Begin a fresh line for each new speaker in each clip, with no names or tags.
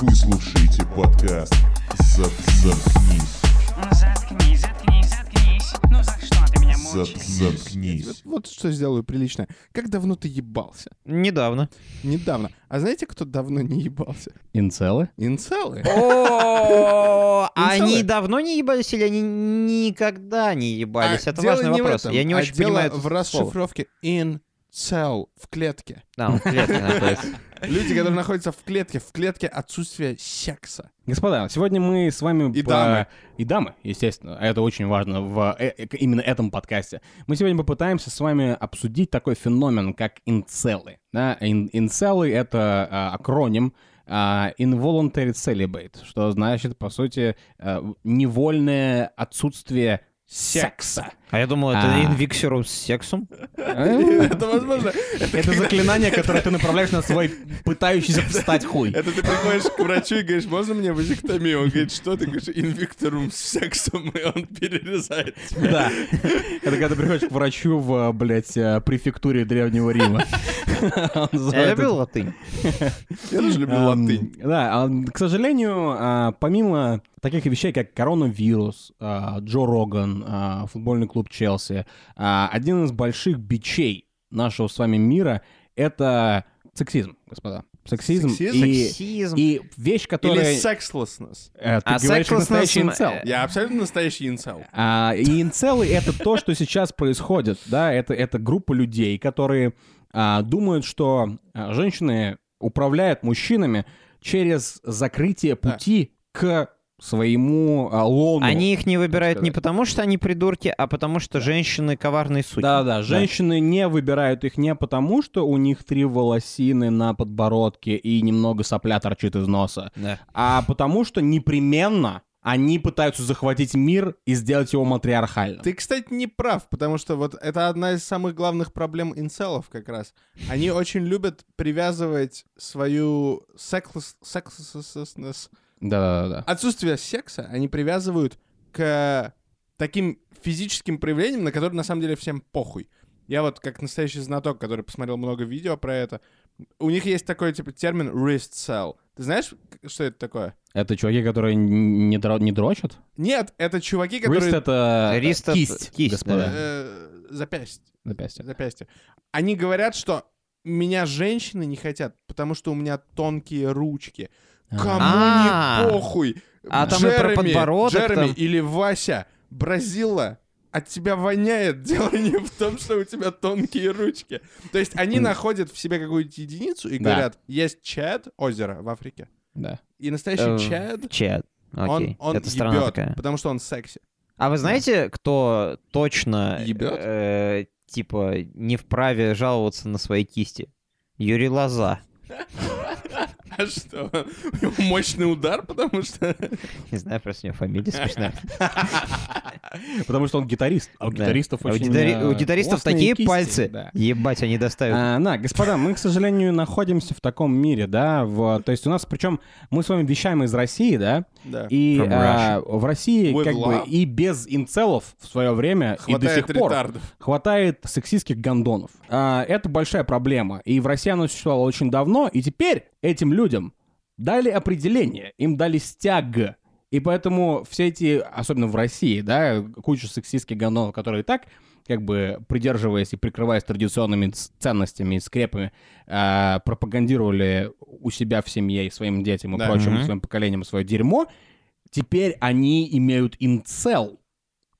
Вы слушаете подкаст «Зап- «Заткнись».
Ну, Заткнись, заткнись, заткнись. Ну за что ты меня
«Зап-
мучаешь?
«Заткнись».
Типа, Вот что сделаю прилично. Как давно ты ебался?
Недавно.
Недавно. А знаете, кто давно не ебался?
Инцелы?
Инцелы.
О, а
Инцелы.
они давно не ебались или они никогда не ебались?
А
Это
дело
важный
не в
вопрос.
этом,
Я не
а
очень
дело
понимаю
в
это слово.
расшифровке инцел в клетке.
Да, он в клетке находится.
Люди, которые находятся в клетке, в клетке отсутствие секса.
Господа, сегодня мы с вами...
И
по-
дамы.
И дамы, естественно. А Это очень важно в э, э, именно этом подкасте. Мы сегодня попытаемся с вами обсудить такой феномен, как инцелы. Да? Ин- инцелы — это а, акроним а, Involuntary Celibate, что значит, по сути, э, невольное отсутствие секса.
А я думал,
А.
это инвиксеру с сексом.
Это возможно.
Э? Это заклинание, которое ты направляешь на свой пытающийся встать хуй.
Это ты приходишь к врачу и говоришь, можно мне вазектомию? Он говорит, что ты говоришь, инвикторум с сексом, и он перерезает тебя.
Да. Это когда ты приходишь к врачу в, блядь, э, префектуре Древнего Рима. Он
Я
называет
любил
это,
латынь.
Я тоже люблю
эм,
латынь.
Да, а, к сожалению, а, помимо таких вещей, как коронавирус, а, Джо Роган, а, футбольный клуб Челси, а, один из больших бичей нашего с вами мира — это сексизм, господа. Сексизм,
Сексизм?
И,
Сексизм.
и вещь, которая...
Или секслесснес.
э, ты
А
говоришь,
секслесс
настоящий
нас-
инцел.
Я абсолютно настоящий инцел.
А, и инцелы — это то, что сейчас происходит, да, это, это группа людей, которые а, думают, что а, женщины управляют мужчинами через закрытие
Да.
пути к своему а, лону.
Они их не выбирают не
сказать.
потому, что они придурки, а потому, что женщины коварные суки.
Да-да, женщины не выбирают их не потому, что у них три волосины на подбородке и немного сопля торчит из носа,
Да.
а потому что непременно они пытаются захватить мир и сделать его матриархальным.
Ты, кстати, не прав, потому что вот это одна из самых главных проблем инцелов как раз. Они очень любят привязывать свою секс... секс...
Да-да-да.
Отсутствие секса они привязывают к таким физическим проявлениям, на которые на самом деле всем похуй. Я вот как настоящий знаток, который посмотрел много видео про это, у них есть такой типа термин wrist cell. Ты знаешь, к- что это такое?
Это чуваки, которые н- не, дро- не дрочат?
Нет, это чуваки,
Рист
которые...
это
Рист это
кисть,
кисть,
господа.
э, запястье.
Запястье.
запястье. Они говорят, что меня женщины не хотят, потому что у меня тонкие ручки.
А.
Кому
А.
не похуй?
А там и про
Джереми-
подбородок
Джереми
там.
или Вася, Бразила, от тебя воняет. Дело не в том, что у тебя тонкие ручки. То есть они находят в себе какую-то единицу и
Да.
говорят, есть Чад, озеро в Африке.
Да.
И
Э,
настоящий Чад,
Чад.
он,
Окей.
он
Это страна
ебёт,
такая.
потому что он секси.
А вы знаете, кто точно
Ебёт?
э, типа не вправе жаловаться на свои кисти? Юрий Лоза.
А что? у него Мощный удар, потому что...
Не знаю, просто у него фамилия смешная.
Потому что он гитарист. А у
Да.
гитаристов
А у
очень,
гитари-
э,
У гитаристов
острые
такие
кисти,
пальцы.
да.
Ебать, они доставят.
А, да, господа, мы, к сожалению, находимся в таком мире, да, в, то есть у нас, причем, мы с вами вещаем из России, да,
Да.
и
From
а, в России
With
как
love.
бы и без инцелов в свое время и до
Хватает
сих пор
ретардов.
хватает сексистских гондонов. А, это большая проблема. И в России она существовала очень давно, и теперь этим людям дали определение, им дали стяг. И поэтому все эти, особенно в России, да, куча сексистских гондонов, которые и так, как бы придерживаясь и прикрываясь традиционными ц- ценностями и скрепами, а, пропагандировали у себя в семье и своим детям и
Да.
прочим
Мгм.
своим поколениям свое дерьмо, теперь они имеют инцел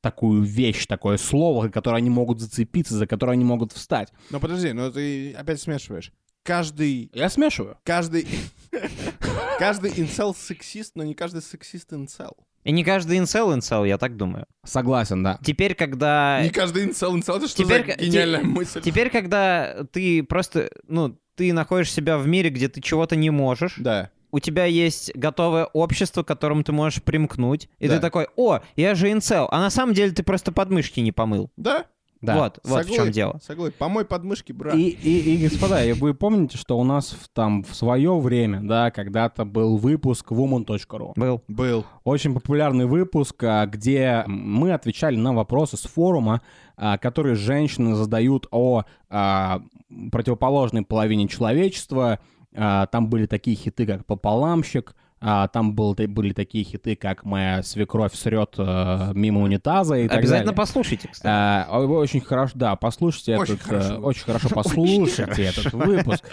такую вещь, такое слово, за которое они могут зацепиться, за которое они могут встать.
Ну подожди, ну ты опять смешиваешь. Каждый,
Я смешиваю.
каждый, каждый инцел сексист, но не каждый сексист инцел.
И не каждый инцел инцел, я так думаю.
Согласен, да.
Теперь, когда...
А,
Не каждый инцел инцел, это что
Теперь
за
к-
гениальная
те-
мысль?
Теперь, когда ты просто... Ну, ты находишь себя в мире, где ты чего-то не можешь.
Да.
у тебя есть готовое общество, к которому ты можешь примкнуть, и
Да.
ты такой, о, я же инцел, а на самом деле ты просто подмышки не помыл.
Да?
да.
Вот, вот в чем
согласен,
дело.
Согласен. Помой подмышки, брат.
И, и, и, господа, и вы помните, что у нас в, там в свое время, да, когда-то был выпуск woman.ru.
Был.
Был.
Очень популярный выпуск, а, где мы отвечали на вопросы с форума, а, которые женщины задают о а, противоположной половине человечества. А, Там были такие хиты, как «Пополамщик», а, А, там был, та- были такие хиты, как «Моя свекровь срет э, мимо унитаза» и так
Обязательно
далее.
послушайте, кстати.
А, о- вы очень хорошо, да, послушайте
Очень
этот, э,
хорошо.
очень хорошо послушайте этот выпуск.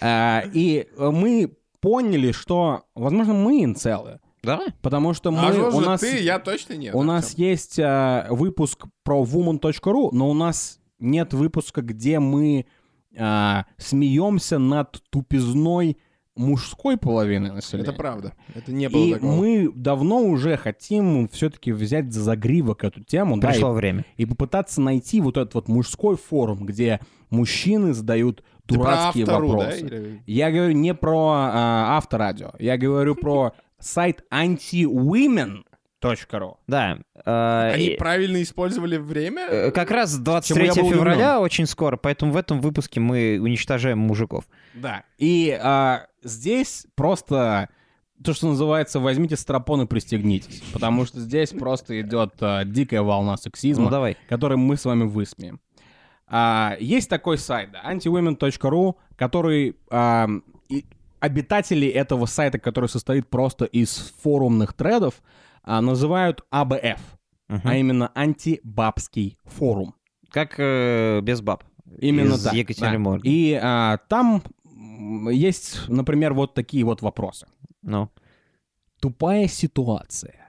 А, И э, мы поняли, что, возможно, мы инцелы,
Да?
потому что мы
А что
у
же
нас
ты, я точно нет.
у
Артём.
нас есть э, выпуск про woman.ru, но у нас нет выпуска, где мы э, смеемся над тупизной мужской половины населения.
Это правда. Это не было
И
такого.
мы давно уже хотим все-таки взять за загривок эту тему, да, и
Пришло время.
и попытаться найти вот этот вот мужской форум, где мужчины задают
Ты про
дурацкие
автору, да,
вопросы. Э,
или-
Я говорю не про а, авторадио, я говорю про сайт antiwomen.ru.
Да. э,
Они
и-
правильно использовали время?
э, Как раз
Чему
23
я был
февраля
удивлен.
очень скоро, поэтому в этом выпуске мы уничтожаем мужиков.
Да. И а, здесь просто то, что называется, возьмите стропон и пристегнитесь, потому что здесь просто идет а, дикая волна сексизма.
Ну давай.
который мы с вами высмеем. А, есть такой сайт, да, antiwomen.ru, который а, и обитатели этого сайта, который состоит просто из форумных тредов, а, называют АБФ, а
Мгм.
именно антибабский форум.
Как э, без баб.
Именно
Из
так. да.
Екатеринбурга.
И а, там м, есть, например, вот такие вот вопросы.
Ну.
Тупая ситуация.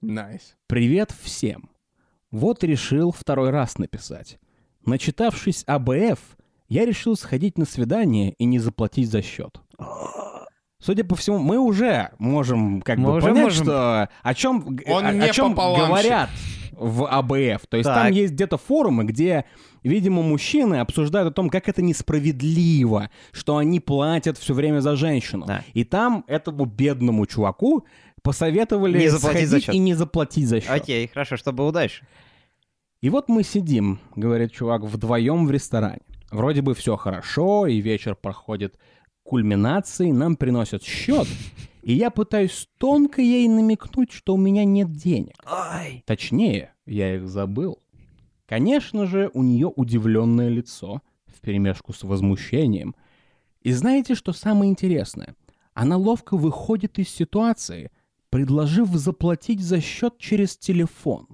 Найс.
Привет всем. Вот решил второй раз написать. Начитавшись АБФ, я решил сходить на свидание и не заплатить за счет. Судя по всему, мы уже можем как
Мы
бы
уже
понять,
можем.
что о чем, г-
Он
о, о
не
чем
пополамщик.
говорят в АБФ. То есть там
Так.
есть где-то форумы, где, видимо, мужчины обсуждают о том, как это несправедливо, что они платят все время за женщину.
Да.
И там этому бедному чуваку посоветовали
Не заплатить за
сходить
счет.
и не заплатить за счет.
Окей, хорошо, что было дальше?
И вот мы сидим, говорит чувак, вдвоем в ресторане. Вроде бы все хорошо, и вечер проходит кульминацией, нам приносят счет. И я пытаюсь тонко ей намекнуть, что у меня нет денег.
Ай.
Точнее, я их забыл. Конечно же, у нее удивленное лицо, вперемешку с возмущением. И знаете, что самое интересное? Она ловко выходит из ситуации, предложив заплатить за счет через телефон.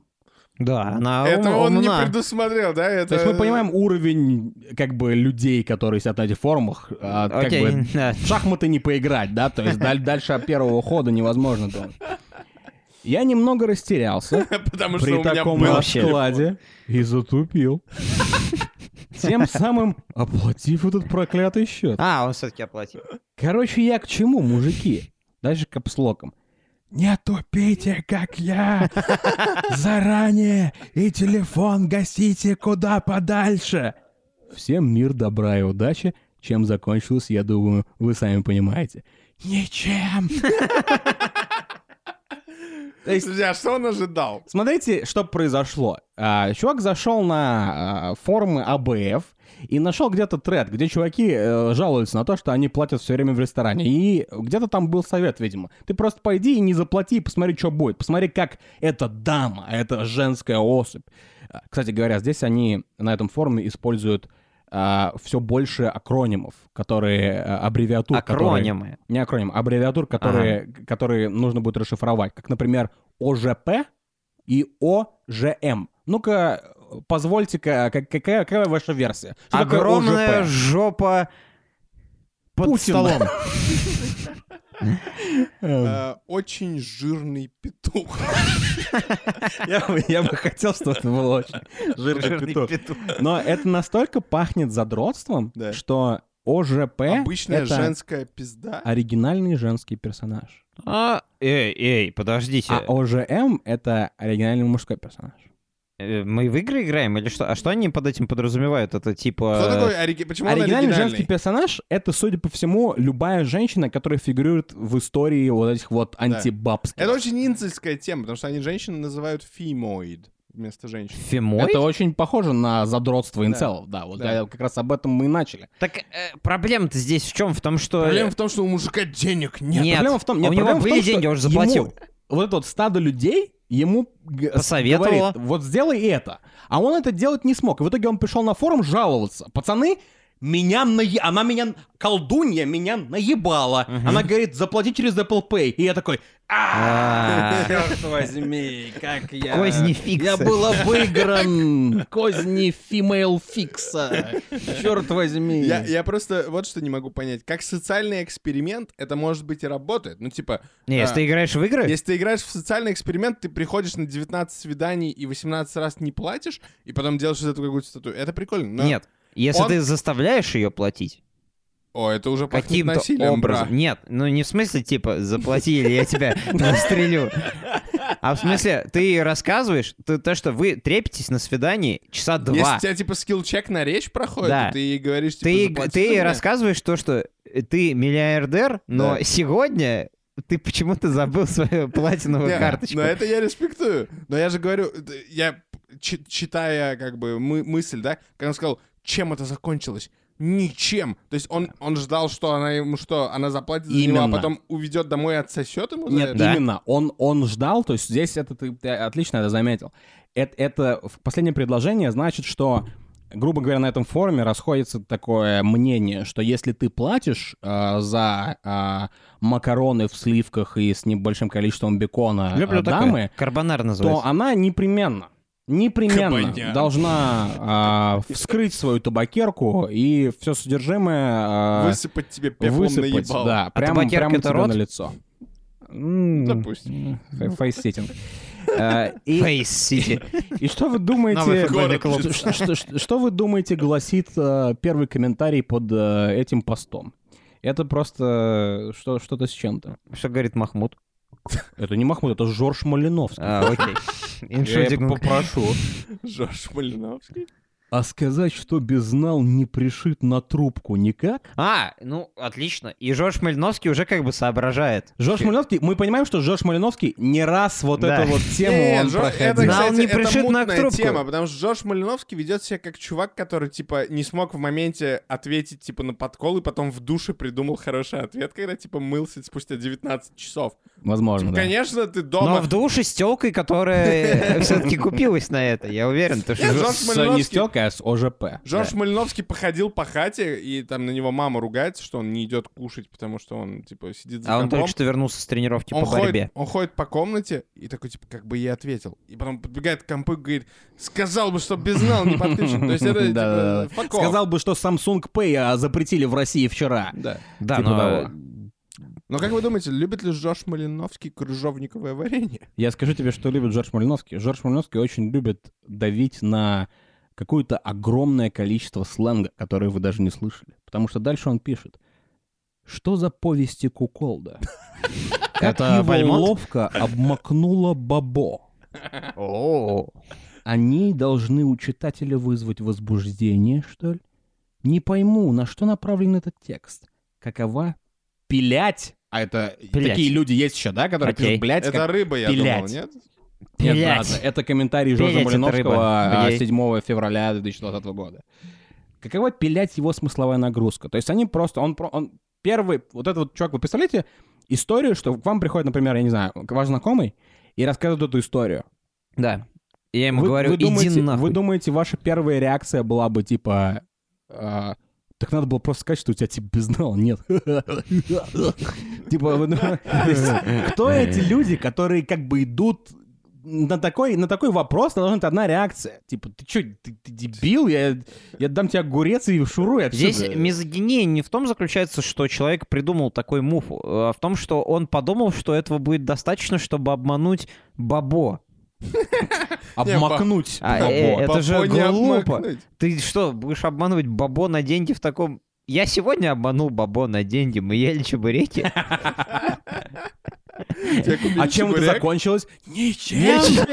Да, она
Этого
ум-
он не
умна.
предусмотрел, да? Это...
а То есть мы понимаем уровень как бы людей, которые сидят на этих форумах, а, как
Окей,
бы
да.
в шахматы не поиграть, да, то есть даль- дальше от первого хода невозможно думать. Я немного растерялся
Потому что
при
у меня
таком
был
раскладе и затупил. Тем самым оплатив этот проклятый счет.
А, он все-таки оплатил.
Короче, я к чему, мужики? Даже капслоком. Не тупите, как я! Заранее! И телефон гасите куда подальше! Всем мир, добра и удачи. Чем закончилось, я думаю, вы сами понимаете. Ничем!
Друзья, что он ожидал?
Смотрите, что произошло. А, Чувак зашел на а, форумы АБФ и нашел где-то тред, где чуваки э, жалуются на то, что они платят все время в ресторане. И где-то там был совет, видимо. Ты просто пойди и не заплати, и посмотри, что будет. Посмотри, как эта дама, эта женская особь. А, Кстати говоря, здесь они на этом форуме используют все больше акронимов, которые э, аббревиатур, которые-
Акронимы.
не акроним, а аббревиатур, которые, которые нужно будет расшифровать, как, например, ОЖП и ОЖМ. Ну-ка, позвольте-ка, как- какая, какая ваша версия? Что такое
Огромная
ОЖП?
жопа под
Путина.
столом.
Э, Очень жирный петух.
Я, бы- я бы хотел, чтобы это было очень жирный петух. Но это настолько пахнет задротством,
Да.
что ОЖП
Обычная
Э? это А,
женская пизда.
оригинальный женский персонаж.
А, эй, эй, подождите.
А ОЖМ — это оригинальный мужской персонаж.
Э, Мы в игры играем или что? А что они под этим подразумевают? Это типа...
Что такое ориги- Почему он
Оригинальный женский
оригинальный?
персонаж — это, судя по всему, любая женщина, которая фигурирует в истории вот этих вот антибабских.
Это очень инцельская тема, потому что они женщин называют фимоид вместо женщин.
Фимой?
Это очень похоже на задротство инцелов, да. Вот
Да.
я как раз об этом мы и начали.
Так э, проблема-то здесь в чем? В том, что...
Проблема в том, что у мужика денег нет.
Нет,
проблема в том, нет,
у него
проблема в
были
том, что
деньги, он же
ему-
заплатил.
вот это вот стадо людей ему г- с-
Посоветовало.
говорит, вот сделай это. А он это делать не смог. И в итоге он пришел на форум жаловаться. Пацаны,
Меня нае- Она меня... Колдунья меня наебала. Она говорит, заплати через Apple Pay. И я такой...
э,
«А, Черт возьми, как я...
Кознификса.
Я был выигран. Козни фимейл фикса. Черт возьми.
Я, я просто вот что не могу понять. Как социальный эксперимент это может быть и работает. Ну, типа...
Не, если
а,
ты играешь в игры,
Если ты играешь в социальный эксперимент, ты приходишь на 19 свиданий и 18 раз не платишь, и потом делаешь из этого какую-то статую. Это прикольно. но-
нет. Если
ну, он-
ты заставляешь ее платить
О, это уже пахнет
каким-то
насилием, бра.
образом. Нет, ну не в смысле типа заплатили, я тебя застрелю. А в смысле, ты рассказываешь, ты- то, что вы трепетесь на свидании часа
Если
два.
у тебя, типа, скилл-чек на речь проходит,
Да.
и ты ей говоришь, типа,
Ты,
«Заплати за
ты
меня».
рассказываешь то, что ты миллиардер, но
Да.
сегодня ты почему-то забыл свою платиновую
Не,
карточку.
Но это я респектую. Но я же говорю, д- я чи- читая как бы мы- мысль, да, когда он сказал, чем это закончилось? Ничем. То есть он, он ждал, что она ему что, она заплатит за него, а
Именно.
потом уведет домой и отсосет ему за
Нет,
это?
Да.
Именно, он, он ждал, то есть здесь это ты, ты отлично это заметил. Это, это в- последнее предложение значит, что, грубо говоря, на этом форуме расходится такое мнение, что если ты платишь э, за э, макароны в сливках и с небольшим количеством бекона э,
Люблю такое.
дамы,
А, Карбонар
то
называется.
она непременно, непременно
Кабаня.
должна а, вскрыть свою табакерку и все содержимое а,
Высыпать тебе пеплом на
высыпать,
ебало.
да, прямо,
А табакерка
прямо
это
тебе
рот?
на лицо.
Допустим.
Фейс-ситинг.
Э, Фейс Сити.
И что вы
Новый
думаете...
футбольный клуб.
Что- что- что- Что вы думаете, гласит э, первый комментарий под э, этим постом? Это просто э, что- что-то с чем-то.
Что говорит Махмуд?
Это не Махмуд, это Жорж Малиновский.
А, окей.
Я
Иншутинг.
попрошу.
Жорж Малиновский.
А сказать, что безнал не пришит на трубку никак?
А, ну, отлично. И Жорж Мальновский уже как бы соображает.
Жорж Малиновский, мы понимаем, что Жорж Малиновский не раз вот
Да.
эту вот тему
Не,
он
Жор-
проходил.
это,
Да,
кстати,
он не
это
пришит на
мутная
трубку.
тема, потому что Джордж Малиновский ведет себя как чувак, который, типа, не смог в моменте ответить, типа, на подкол, и потом в душе придумал хороший ответ, когда, типа, мылся спустя 19 часов.
Возможно,
Типа,
да.
Конечно, ты
Но
дома...
в душе с телкой, которая все-таки купилась на это, я уверен. потому
Нет,
что
Жорж
С
Малиновский-
не стёкой, а с ОЖП.
Жорж Малиновский походил по хате, и там на него мама ругается, что он не идет кушать, потому что он, типа, сидит за
А он
компом.
только что вернулся с тренировки
он,
по борьбе.
ходит, он ходит по комнате и такой, типа, как бы ей ответил. И потом подбегает к компу и говорит, сказал бы, что знал, не подключен. То есть это,
Да-да-да.
типа, fuck off.
Сказал бы, что Samsung Pay а, запретили в России вчера.
Да.
Да,
типа
но...
того.
Но как вы думаете, любит ли Жорж Малиновский крыжовниковое варенье?
Я скажу тебе, что любит Жорж Малиновский. Жорж Малиновский очень любит давить на какое-то огромное количество сленга, который вы даже не слышали. Потому что дальше он пишет. Что за повести Куколда? Как
Это
его
Бальмонт?
ловко обмакнула бабо.
О,
Они должны у читателя вызвать возбуждение, что ли? Не пойму, на что направлен этот текст. Какова? Пилять. А это
Пилять.
такие люди есть еще, да, которые
Окей.
пишут, блядь,
Это
как
рыба, я
пилять.
думал, нет?
Нет,
Блядь.
ладно, это комментарий Жоржа
Блядь, это рыба.
Малиновского а,
Блядь.
7 февраля 2020 года. Какова пилять его смысловая нагрузка? То есть они просто... Он, про- он первый... Вот этот вот чувак, вы представляете историю, что к вам приходит, например, я не знаю, к- ваш знакомый, и рассказывает эту историю.
да. Я ему говорю, иди
думаете, вы
нахуй.
думаете, ваша первая реакция была бы типа... а, так надо было просто сказать, что у тебя типа безнал нет. Типа, вы думаете, то есть, кто эти люди, которые как бы идут на такой, на такой вопрос должна быть одна реакция. Типа, ты что, ты, ты дебил? Я, я дам тебе огурец и шуру отсюда.
Здесь мизогиния не в том заключается, что человек придумал такой мув, а в том, что он подумал, что этого будет достаточно, чтобы обмануть бабо.
обмакнуть.
А,
бабо.
э, это же
Попой не
глупо.
обмакнуть.
Ты что, будешь обманывать бабо на деньги в таком... Я сегодня обманул бабо на деньги, мы ели чебуреки.
Тебе
э,
купили
типа,
А чем это
чебурек?
закончилось? Ничем.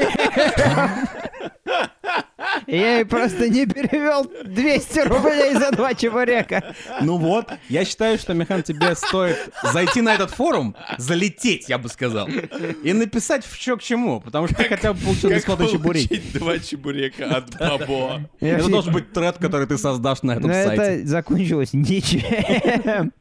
Я ей просто не перевел 200 рублей за два чебурека.
Ну вот, я считаю, что, Михан, тебе стоит зайти на этот форум, залететь, я бы сказал, и написать, что к чему, потому что ты хотя бы получил
Как
бесплатный чебурек.
получить два чебурека от бабо?
Я
Это
вообще- ну,
должен быть тред, который ты создашь на этом
Но
сайте.
это закончилось ничем.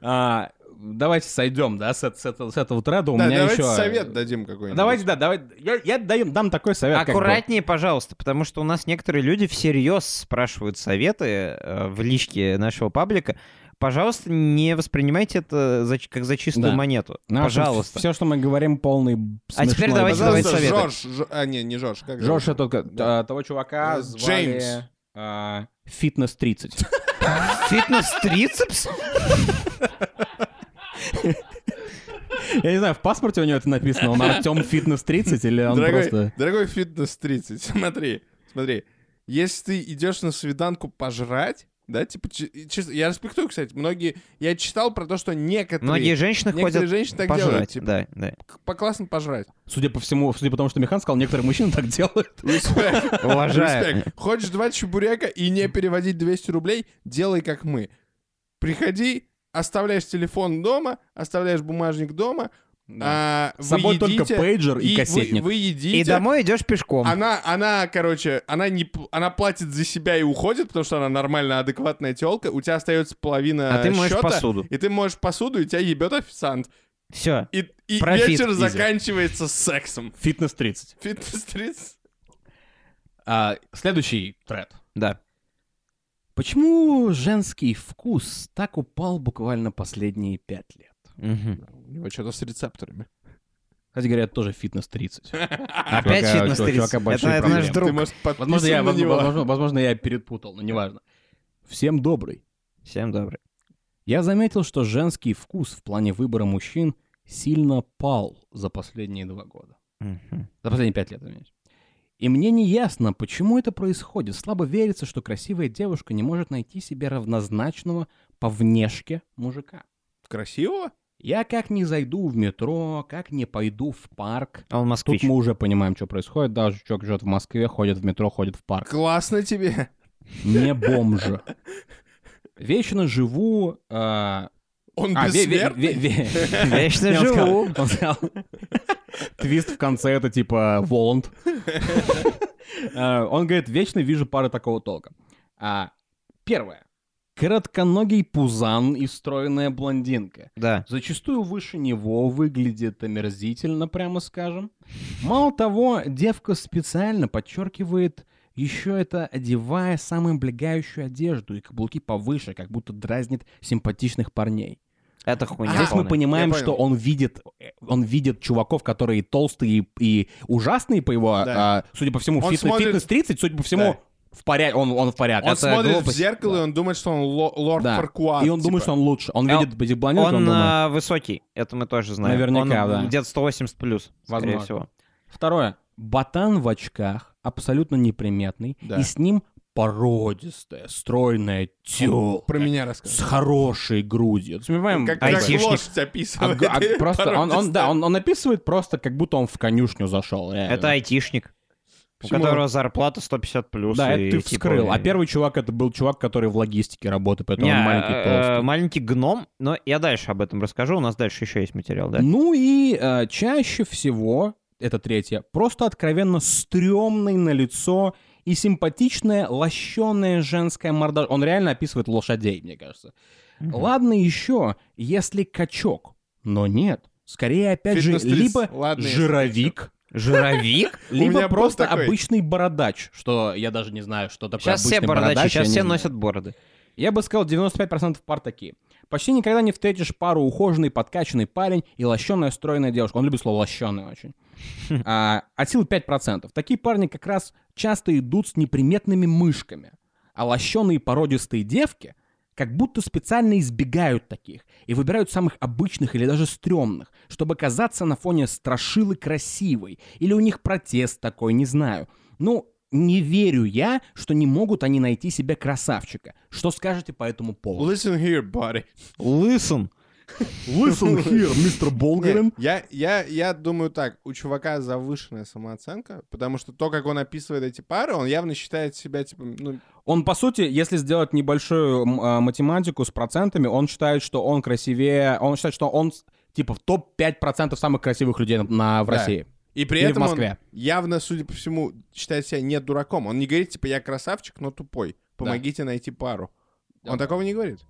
А,
давайте сойдем, да, с, эт- с этого, с этого треда. У
Да,
меня
давайте
еще...
совет дадим какой-нибудь.
Давайте, да, давай. Я, я даю- дам такой совет. как бы.
Аккуратнее, пожалуйста, потому что у нас некоторые люди всерьез спрашивают советы э, в личке нашего паблика. Пожалуйста, не воспринимайте это за ч- как за чистую
Да.
монету.
Наше
Пожалуйста.
Все, что мы говорим, полный
А теперь
смешной
давайте
бред.
Пожалуйста,
давай советы.
Жорж, Жо- а не, не Жорж, как
Жорж, это
зовут?
тот,
Да.
э, того чувака
Э,
звали...
Джеймс.
э, Фитнес 30.
Фитнес-трицепс?
Я не знаю, в паспорте у него это написано. Он Артем Фитнес 30 или он
дорогой,
просто...
дорогой фитнес 30, смотри, смотри. Если ты идешь на свиданку пожрать, да, типа, чи- и чисто- я респектую, кстати, многие, я читал про то, что некоторые,
Многие женщины
некоторые
ходят
женщины так делают,
пожрать.
типа,
Да, да.
к- по классно пожрать.
Судя по всему, судя по тому, что Михан сказал, некоторые мужчины так делают.
Респект,
Уважаю.
респект. Хочешь два чебурека и не переводить 200 рублей, делай как мы. Приходи, оставляешь телефон дома, оставляешь бумажник дома, а,
С
вы
собой только
едите,
пейджер и
вы-
кассетник.
Вы, едите,
И домой идешь пешком.
А
Она, она, короче, она не, п- она платит за себя и уходит, потому что она нормально адекватная телка. У тебя остается половина
А ты моешь
счета,
посуду.
и ты можешь посуду, и тебя ебет официант.
Все.
И, и
Профит,
вечер
Изя.
заканчивается сексом.
Фитнес 30.
Фитнес-трис.
А, следующий тред.
Да.
Почему женский вкус так упал буквально последние пять лет?
Мгм.
У него что-то с рецепторами.
Кстати говоря, это тоже фитнес 30.
Опять
Чувака- у
фитнес-трицепс.
чувака
Это,
большие
А, это
проблемы.
наш
Ты
друг.
Ты, может, подписан
Возможно, я,
на
возможно,
него?
возможно, возможно, я перепутал, но неважно.
Всем добрый.
Всем добрый.
Я заметил, что женский вкус в плане выбора мужчин сильно пал за последние два года.
Мгм.
За последние пять лет, извиняюсь. И мне не ясно, почему это происходит. Слабо верится, что красивая девушка не может найти себе равнозначного по внешке мужика.
Красиво?
Я как не зайду в метро, как не пойду в парк.
А он
Тут
москвич.
мы уже понимаем, что происходит. Даже человек живет в Москве, ходит в метро, ходит в парк.
Классно тебе.
Не бомжа. Вечно живу... э,
Он
а, ве- ве-
бессмертный?
ве- ве-
Вечно
Не, он сказал-
живу.
он сказал, Твист в конце это типа Воланд. Э, Он говорит, вечно вижу пары такого толка. А, Первое. Коротконогий пузан и стройная блондинка.
Да.
Зачастую выше него выглядит омерзительно, прямо скажем. Мало того, девка специально подчеркивает еще это, одевая самую облегающую одежду и каблуки повыше, как будто дразнит симпатичных парней.
Это
А,
хуйня
Здесь мы
полная.
понимаем,
Я понял.
что он видит, э, он видит чуваков, которые толстые и ужасные по его,
Да.
а, судя по всему,
Он
фитнес,
смотрит-
фитнес 30, судя по всему,
Да.
в порядке, он, он в порядке.
Он
Это
смотрит
глупость.
в зеркало, типа. и он думает, что он ло- лорд
Да.
Фаркуад.
и он думает, что он лучше. Он
А
видит Бади Блонет,
Он
он думает.
а, высокий, это мы тоже знаем.
Наверняка,
Он
да.
Где-то 180 плюс, скорее
Возможно.
всего.
Второе. Ботан в очках, абсолютно неприметный,
Да.
и с ним породистая, стройная тел
Про меня
с
рассказывает.
хорошей грудью. То есть мы понимаем,
Как,
как
как
айтишник.
лошадь описывает.
бы, а- а просто он, он- да, он, он описывает просто, как будто он в конюшню зашел. реально.
Это айтишник,
Почему?
у которого зарплата 1150 плюс.
Да,
и
это ты
типа-
вскрыл. А первый чувак это был чувак, который в логистике работает, поэтому
Не,
он маленький
э,
толстый.
маленький гном, но я дальше об этом расскажу, у нас дальше еще есть материал, да?
Ну и э, чаще всего, это третье, просто откровенно стрёмный на лицо и симпатичная лощеная женская морда. Он реально описывает лошадей, мне кажется.
Мгм.
Ладно еще, если качок, но нет. Скорее, опять же,
Фитнес-трис.
либо
Ладно, если
жировик,
Жировик?
либо
меня был
просто
такой.
обычный бородач, что я даже не знаю, что такое
Сейчас все
обычный
бородачи,
бородач, я
сейчас
не
все
знаю.
носят бороды.
Я бы сказал, 95% пар такие. Почти никогда не встретишь пару ухоженный, подкачанный парень и лощеная, стройная девушка. Он любит слово «лощеная» очень. А, от силы 5%. Такие парни как раз часто идут с неприметными мышками. А лощеные породистые девки как будто специально избегают таких и выбирают самых обычных или даже стрёмных, чтобы казаться на фоне страшилы красивой. Или у них протест такой, не знаю. Ну, не верю я, что не могут они найти себе красавчика. Что скажете по этому поводу?
Listen here, buddy.
Лысым.
Listen here, мистер
Не, я, я, я думаю так, у чувака завышенная самооценка, потому что то, как он описывает эти пары, он явно считает себя, типа, ну,
Он, по сути, если сделать небольшую м, а, математику с процентами, он считает, что он красивее, он считает, что он с- типа в топ-5% самых красивых людей на, на- в
Да.
России.
и при
Или в
этом он
Москве.
явно, судя по всему, считает себя не дураком. Он не говорит, типа, я красавчик, но тупой. Помогите найти пару. Он такого не говорит.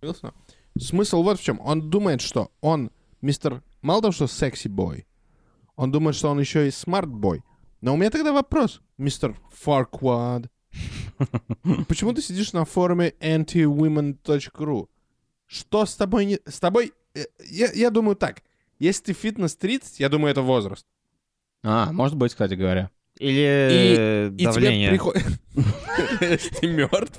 Понял, что? Смысл вот в чем. Он думает, что он мистер... Мало того, что секси-бой, он думает, что он еще и смарт-бой. Но у меня тогда вопрос, мистер Фарквад. Почему ты сидишь на форуме antiwomen.ru? Что с тобой не... С тобой... э, Я, я думаю так. Если ты фитнес 30, я думаю, это возраст.
А, может быть, кстати говоря.
Или
И тебе
давление.
приходит... Если ты мертв.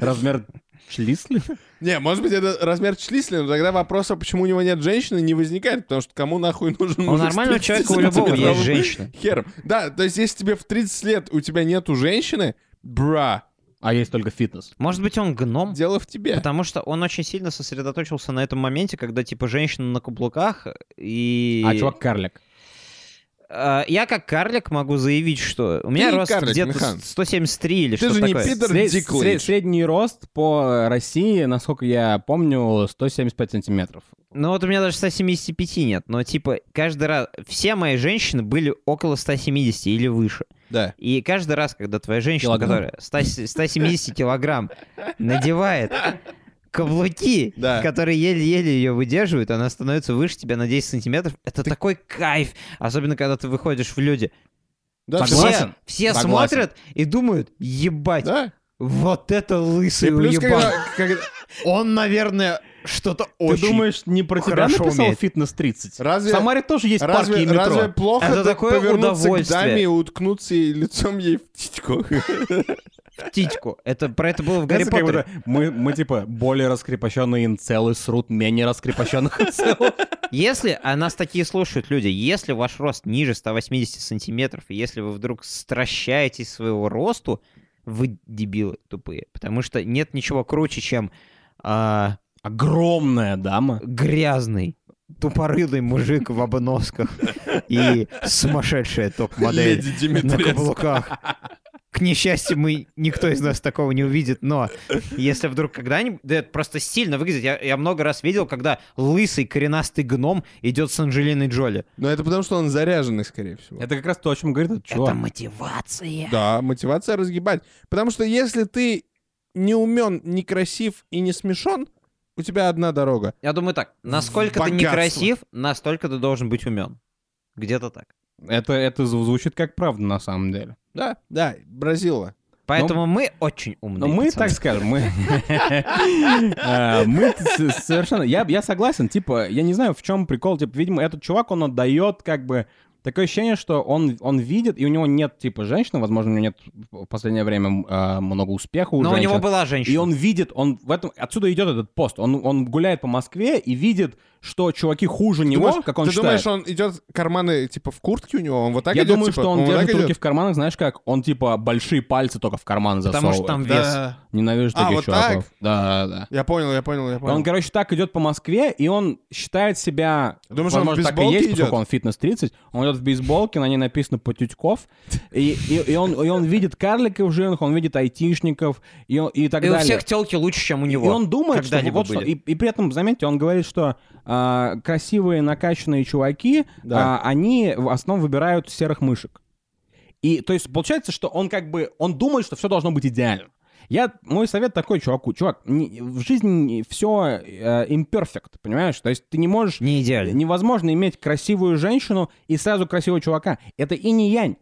Размер члисли?
Не, может быть, это размер числили, но тогда вопроса, почему у него нет женщины, не возникает, потому что кому нахуй нужен
У
мужик с
нормального
30
человека у любого
сантиметровым
есть женщина.
Хером. Да, то есть если тебе в 30 лет у тебя нету женщины, бра,
А есть только фитнес.
Может быть, он гном?
дело в тебе.
Потому что он очень сильно сосредоточился на этом моменте, когда, типа, женщина на каблуках и...
А чувак карлик.
А, Я как карлик могу заявить, что... У меня
не
рост
карлик,
где-то
Михан.
173 или
Ты
что-то
же не
такое.
пидор
Сре-
Диклэйдж.
сре- Средний рост по России, насколько я помню, 175 сантиметров.
Ну вот у меня даже 175 нет, но типа каждый раз... Все мои женщины были около 170 или выше.
Да.
И каждый раз, когда твоя женщина,
Килограмм?
которая 100 170 килограмм надевает каблуки,
Да.
которые еле-еле ее выдерживают, она становится выше тебя на 10 сантиметров. Это такой кайф, особенно когда ты выходишь в люди.
Да,
Все-
Согласен.
Все,
Согласен.
смотрят и думают, ебать,
Да.
вот это лысый
И плюс,
уебан.
когда, когда-
Он, наверное, что-то
Ты думаешь, не про тебя
хорошо
написал
умеет.
фитнес 30?
Разве-
В Самаре тоже есть парки
разве,
и метро.
разве плохо
Это
д-
такое
повернуться к
удовольствие.
даме и уткнуться и лицом ей в титьку?
птичку. Это, про это было в Гарри
Знаете, как
Поттере.
будто Ну, мы, мы, типа, более раскрепощенные инцелы срут менее раскрепощенных инцелов.
Если, а нас такие слушают люди, если ваш рост ниже 180 сантиметров, и если вы вдруг стращаетесь своего росту, вы дебилы тупые. Потому что нет ничего круче, чем а,
Огромная дама.
грязный, тупорылый мужик в обносках и сумасшедшая топ-модель
Леди
на
Димитреску.
каблуках. К несчастью, мы никто из нас такого не увидит, но если вдруг когда-нибудь... Да это просто сильно выглядит. Я, я много раз видел, когда лысый коренастый гном идет с Анджелиной Джоли.
Но это потому, что он заряженный, скорее всего.
Это как раз то, о чем говорит этот чувак.
Это мотивация.
Да, мотивация разгибать. Потому что если ты не умен, не красив и не смешон, у тебя одна дорога.
Я думаю так, насколько ты
Богатство.
некрасив, настолько ты должен быть умен. Где-то так.
Это, это зв- звучит как правда, на самом деле.
Да, да, Бразила.
Поэтому мы очень умные.
Но Ну, мы,
пацаны.
так скажем, мы... э, Мы с- совершенно... Я я согласен, типа, я не знаю, в чем прикол. Типа, видимо, этот чувак, он отдает как бы... Такое ощущение, что он, он видит, и у него нет, типа, женщины, возможно, у него нет в последнее время э, много успеха у
Но у
женщин.
него была женщина.
И он видит, он в этом... Отсюда идет этот пост. Он, он гуляет по Москве и видит, что чуваки хуже него,
думаешь,
как он
ты
считает.
думаешь, он идет карманы типа в куртке у него, он вот так
я
идет,
думаю,
типа,
что он
вот так
держит руки
идет?
в карманах, знаешь как? Он, типа, большие пальцы только в карман засовывает.
Потому что там вес.
Да.
Ненавижу
А,
таких
вот
чуваков.
так?
Да, да, да.
Я понял, я понял, я понял.
Он, короче, так идет по Москве, и он считает себя...
Думаешь, он в
возможно, так и
бейсболке
есть,
идет?
поскольку он фитнес 30. Он идет в бейсболке, на ней написано «Потютьков». И, и, и он, и он видит карликов жирных, он видит айтишников и, он- и так
И у
далее.
всех телки лучше, чем у него.
И он думает, что
Когда-либо
вот что-
были.
И, и при этом, заметьте, он говорит, что а, красивые накачанные чуваки,
Да.
а, они в основном выбирают серых мышек. И то есть получается, что он как бы, он думает, что все должно быть идеально. Я, мой совет такой чуваку, чувак, не- в жизни все имперфект, понимаешь? То есть ты не можешь
Не идеально.
Э, Невозможно иметь красивую женщину и сразу красивого чувака. Это и не янь.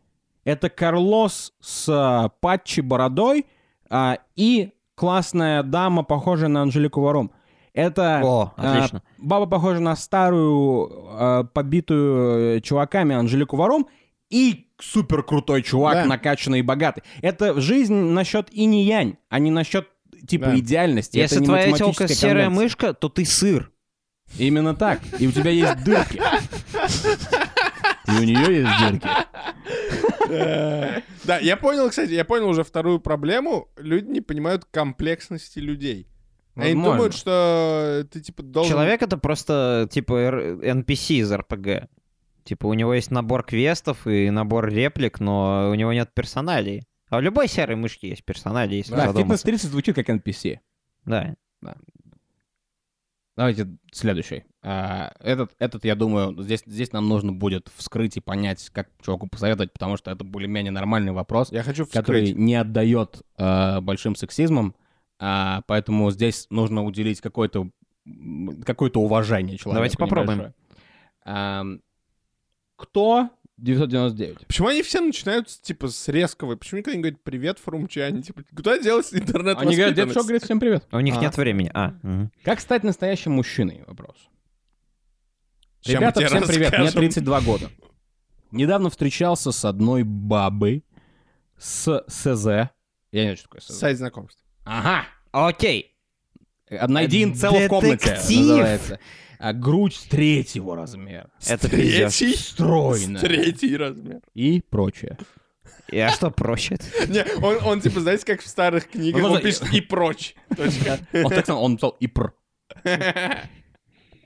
Это Карлос с а, патчи бородой а, и классная дама, похожая на Анжелику Варум. Это
О,
а,
отлично.
баба, похожа на старую, а, побитую э, чуваками Анжелику Варум и супер крутой чувак,
Да.
накачанный и богатый. Это жизнь насчет и не янь, а не насчет типа
Да.
идеальности. Это
Если
не
твоя телка
математическая
серая
конвенция.
мышка, то ты сыр.
Именно так. И у тебя есть дырки. И у нее есть дырки.
А Да, я понял, кстати, я понял уже вторую проблему. Люди не понимают комплексности людей. Они
Возможно.
думают, что ты типа должен...
Человек это просто типа р- NPC из РПГ. Типа у него есть набор квестов и набор реплик, но у него нет персоналей. А у любой серой мышки есть персонали, если
Да, фитнес
задуматься.
30 звучит как NPC.
Да.
Давайте следующий. А, Этот, этот, я думаю, здесь, здесь нам нужно будет вскрыть и понять, как чуваку посоветовать, потому что это более-менее нормальный вопрос,
Я хочу вскрыть.
который не отдает э, большим а, сексизмом. А, поэтому здесь нужно уделить какое-то м, какое-то уважение человеку.
Давайте попробуем.
небольшое. Ам, кто 999?
Почему они все начинают с, типа с резкого? Почему никто не говорит привет, форумчане? Типа, куда делась интернет
Они говорят, дед Шок
воспитанность?
говорит всем привет.
У них
А.
нет времени. А, мгм.
Как стать настоящим мужчиной? Вопрос.
Ща мы
Ребята,
тебе
всем привет, мне
расскажем.
32 года. Недавно встречался с одной бабой с СЗ. Я не знаю, что такое СЗ.
Сайт знакомств.
Ага.
Окей.
Найди инцела в комнате,
Детектив.
называется. А грудь третьего размера.
Это пиздец.
Третий,
Стройная.
третий размер.
И прочее.
И, А что проще?
Не, он, он, типа, знаете, как в старых книгах,
Ну,
он
да,
пишет и прочь. Точка.
Он так сказал, он написал и пр.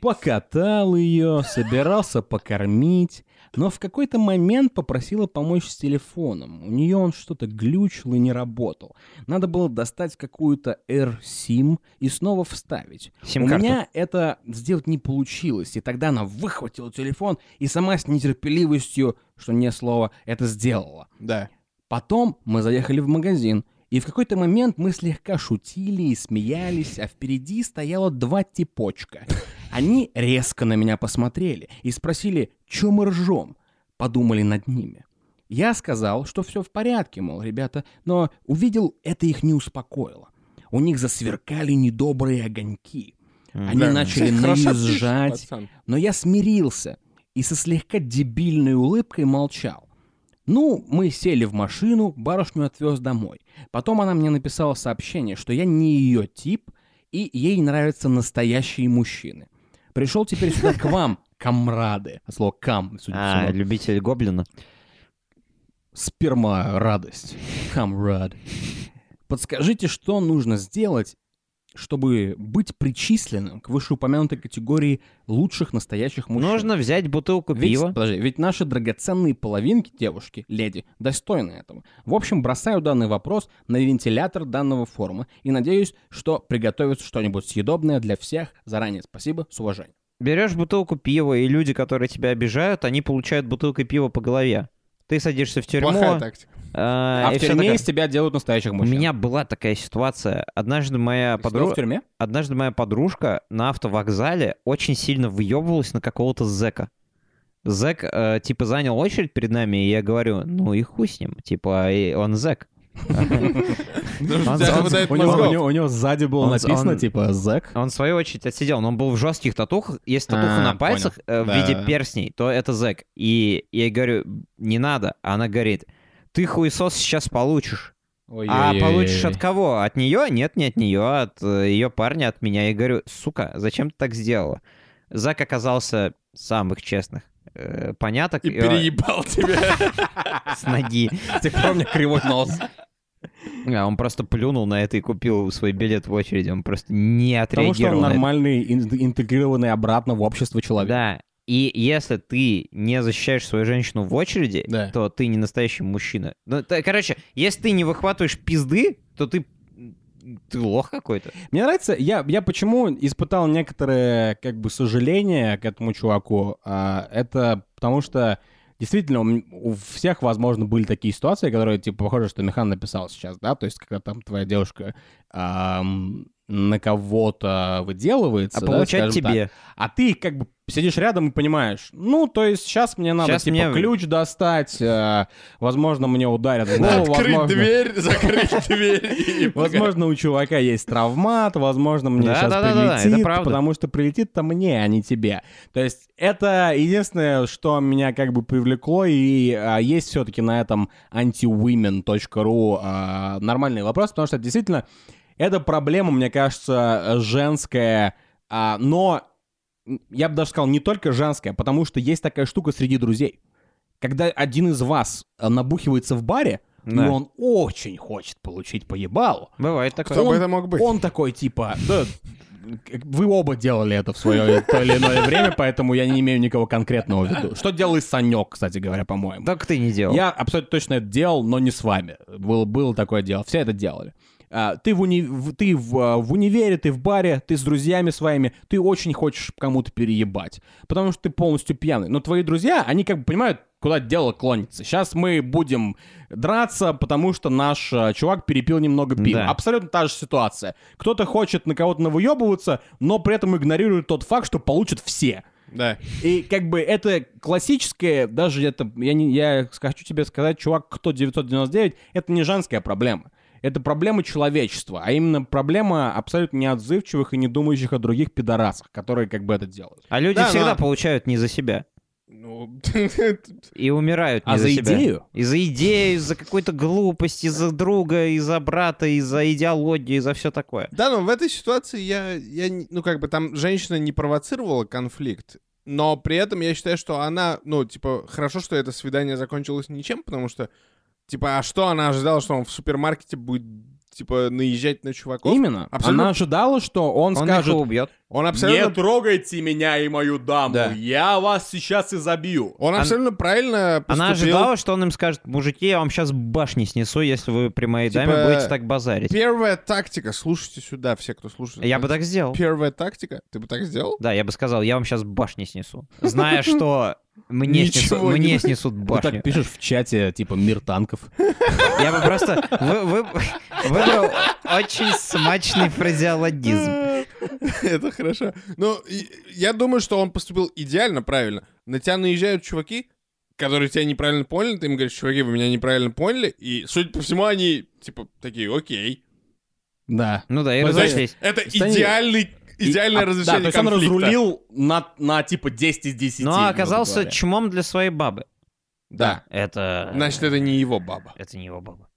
Покатал ее, собирался покормить, но в какой-то момент попросила помочь с телефоном. У нее он что-то глючил и не работал. Надо было достать какую-то R-SIM и снова вставить. У
Сим-карту.
меня это сделать не получилось, и тогда она выхватила телефон и сама с нетерпеливостью, что не слово, это сделала.
Да.
Потом мы заехали в магазин, и в какой-то момент мы слегка шутили и смеялись, а впереди стояло два типочка. Они резко на меня посмотрели и спросили, чё мы ржем? Подумали над ними. Я сказал, что все в порядке, мол, ребята, но увидел, это их не успокоило. У них засверкали недобрые огоньки.
М.
Они
Да.
начали
Хорошо пишешь,
наезжать,
пацан.
но я смирился и со слегка дебильной улыбкой молчал. Ну, мы сели в машину, барышню отвез домой. Потом она мне написала сообщение, что я не ее тип, и ей нравятся настоящие мужчины. Пришел теперь сюда к вам, камрады. От слова кам, судя по
А,
всему.
любитель гоблина.
Сперма радость. Камрад. Подскажите, что нужно сделать, чтобы быть причисленным к вышеупомянутой категории лучших настоящих мужчин?
Нужно взять бутылку
Ведь,
пива.
подожди, ведь наши драгоценные половинки, девушки, леди, достойны этого. В общем, бросаю данный вопрос на вентилятор данного форума и надеюсь, что приготовится что-нибудь съедобное для всех. Заранее спасибо, с уважением.
Берешь бутылку пива, и люди, которые тебя обижают, они получают бутылкой пива по голове. Ты садишься в тюрьму.
Плохая тактика.
а, и
А, в
всё
тюрьме
такое.
из тебя делают настоящих
У
мужчин.
меня была такая ситуация. Однажды моя,
Ты сидел
подруга,
в тюрьме?
однажды моя подружка на автовокзале очень сильно выебывалась на какого-то зэка. Зэк, э, типа, занял очередь перед нами, и я говорю, ну и хуй с ним. Типа, э, он зэк.
Потому что
Он-
тебя
он-
хватает
У него, у
мозгов.
него- у него сзади было
Он-
написано,
он-
типа, зэк.
Он, в свою очередь, отсидел, но он был в жестких татухах. Если татуха
А,
на пальцах э, в
Да.
виде перстней, то это зэк. И я ей говорю, не надо. А Она говорит, ты хуесос сейчас получишь. А получишь от кого? От нее? Нет, не от нее, от ее парня, от меня. Я говорю, сука, зачем ты так сделала? Зак оказался самых честных э, поняток
И
э,
переебал тебя.
с ноги.
С тех пор у меня кривой нос.
А он просто плюнул на это и купил свой билет в очереди. Он просто не
Потому
отреагировал.
что он
на это.
нормальный, ин- интегрированный обратно в общество человек.
Да. И если ты не защищаешь свою женщину в очереди,
Да.
то ты не настоящий мужчина. Ну, т- короче, если ты не выхватываешь пизды, то ты, ты лох какой-то.
Мне нравится, я, я почему испытал некоторое, как бы, сожаление к этому чуваку, а, это потому что действительно у м- у всех, возможно, были такие ситуации, которые, типа, похоже, что Михан написал сейчас, да, то есть, когда там твоя девушка ам, на кого-то выделывается,
А
да,
получать
скажем так.
тебе.
а ты как бы сидишь рядом и понимаешь, ну, то есть сейчас мне надо,
Щас
типа,
мне-
ключ достать, э, возможно, мне ударят в голову,
Открыть
возможно...
дверь, закрыть дверь. и пока-
Возможно, у чувака есть травмат, возможно, мне
Да,
сейчас
да, да, да, да, это
прилетит,
правда.
потому что прилетит-то мне, а не тебе. То есть это единственное, что меня как бы привлекло, и а, есть все-таки на этом antiwomen.ru а, нормальный вопрос, потому что действительно эта проблема, мне кажется, женская, а, но я бы даже сказал, не только женская, потому что есть такая штука среди друзей. Когда один из вас а, набухивается в баре, и
Да.
он очень хочет получить поебалу.
Бывает такое.
Кто бы
он-
это мог быть?
Он такой, типа, да, как- вы оба делали это в свое то или иное время, поэтому я не имею никого конкретного в виду. Что делал и Санек, кстати говоря, по-моему.
Так ты не делал.
Я абсолютно точно это делал, но не с вами. Было, было такое дело. Все это делали. А, А, ты в, уни- в- ты в, а, в универе, ты в баре, ты с друзьями своими, ты очень хочешь кому-то переебать, потому что ты полностью пьяный. Но твои друзья, они как бы понимают, куда дело клонится. Сейчас мы будем драться, потому что наш а, чувак перепил немного пива.
Да.
Абсолютно та же ситуация. Кто-то хочет на кого-то навыебываться, но при этом игнорирует тот факт, что получат все.
Да.
И как бы это классическое, даже это, я, не, я хочу тебе сказать, чувак, кто 999, это не женская проблема. Это проблема человечества, а именно проблема абсолютно неотзывчивых и не думающих о других пидорасах, которые как бы это делают.
А люди
Да,
всегда
ну.
но-
получают не за себя.
Ну,
И умирают не
А за
себя.
идею?
И за идею, и за какую-то глупость, и за друга, и за брата, и за идеологию, и за все такое.
Да, но в этой ситуации я, я, не- ну, как бы там женщина не провоцировала конфликт, но при этом я считаю, что она, ну, типа, хорошо, что это свидание закончилось ничем, потому что, типа, а что она ожидала, что он в супермаркете будет, типа, наезжать на чуваков?
Именно.
Абсолютно.
Она ожидала, что он,
Он
скажет...
их убьет.
Он абсолютно,
трогайте меня и мою даму,
Да.
я вас сейчас и забью.
он
Она-
абсолютно правильно поступил.
Она ожидала, что он им скажет, мужики, я вам сейчас башни снесу, если вы при моей даме
Типа,
будете так базарить.
Первая тактика, слушайте сюда, все, кто слушает.
Я бы так сделал.
Первая тактика, ты бы так сделал?
Да, я бы сказал, я вам сейчас башни снесу. Зная, что мне, снесу-
Ничего не
мне
будет.
снесут
Ты
башню.
так пишешь в чате, типа, мир танков.
Я бы просто вы- вы- выбрал очень смачный фразеологизм.
Это хорошо. Ну, и- я думаю, что он поступил идеально правильно. На тебя наезжают чуваки, которые тебя неправильно поняли, ты им говоришь, чуваки, вы меня неправильно поняли, и, судя по всему, они, типа, такие, окей.
Да.
Ну да, и
Ну,
То есть
разошлись.
это
Стань-
идеальный, идеальное
А,
разрешение
Да, то есть он
конфликта.
разрулил на, на типа 10 из 10.
Но
грубо
оказался
говоря.
чмом для своей бабы.
Да.
Это...
Значит, это не его баба.
Это не его баба.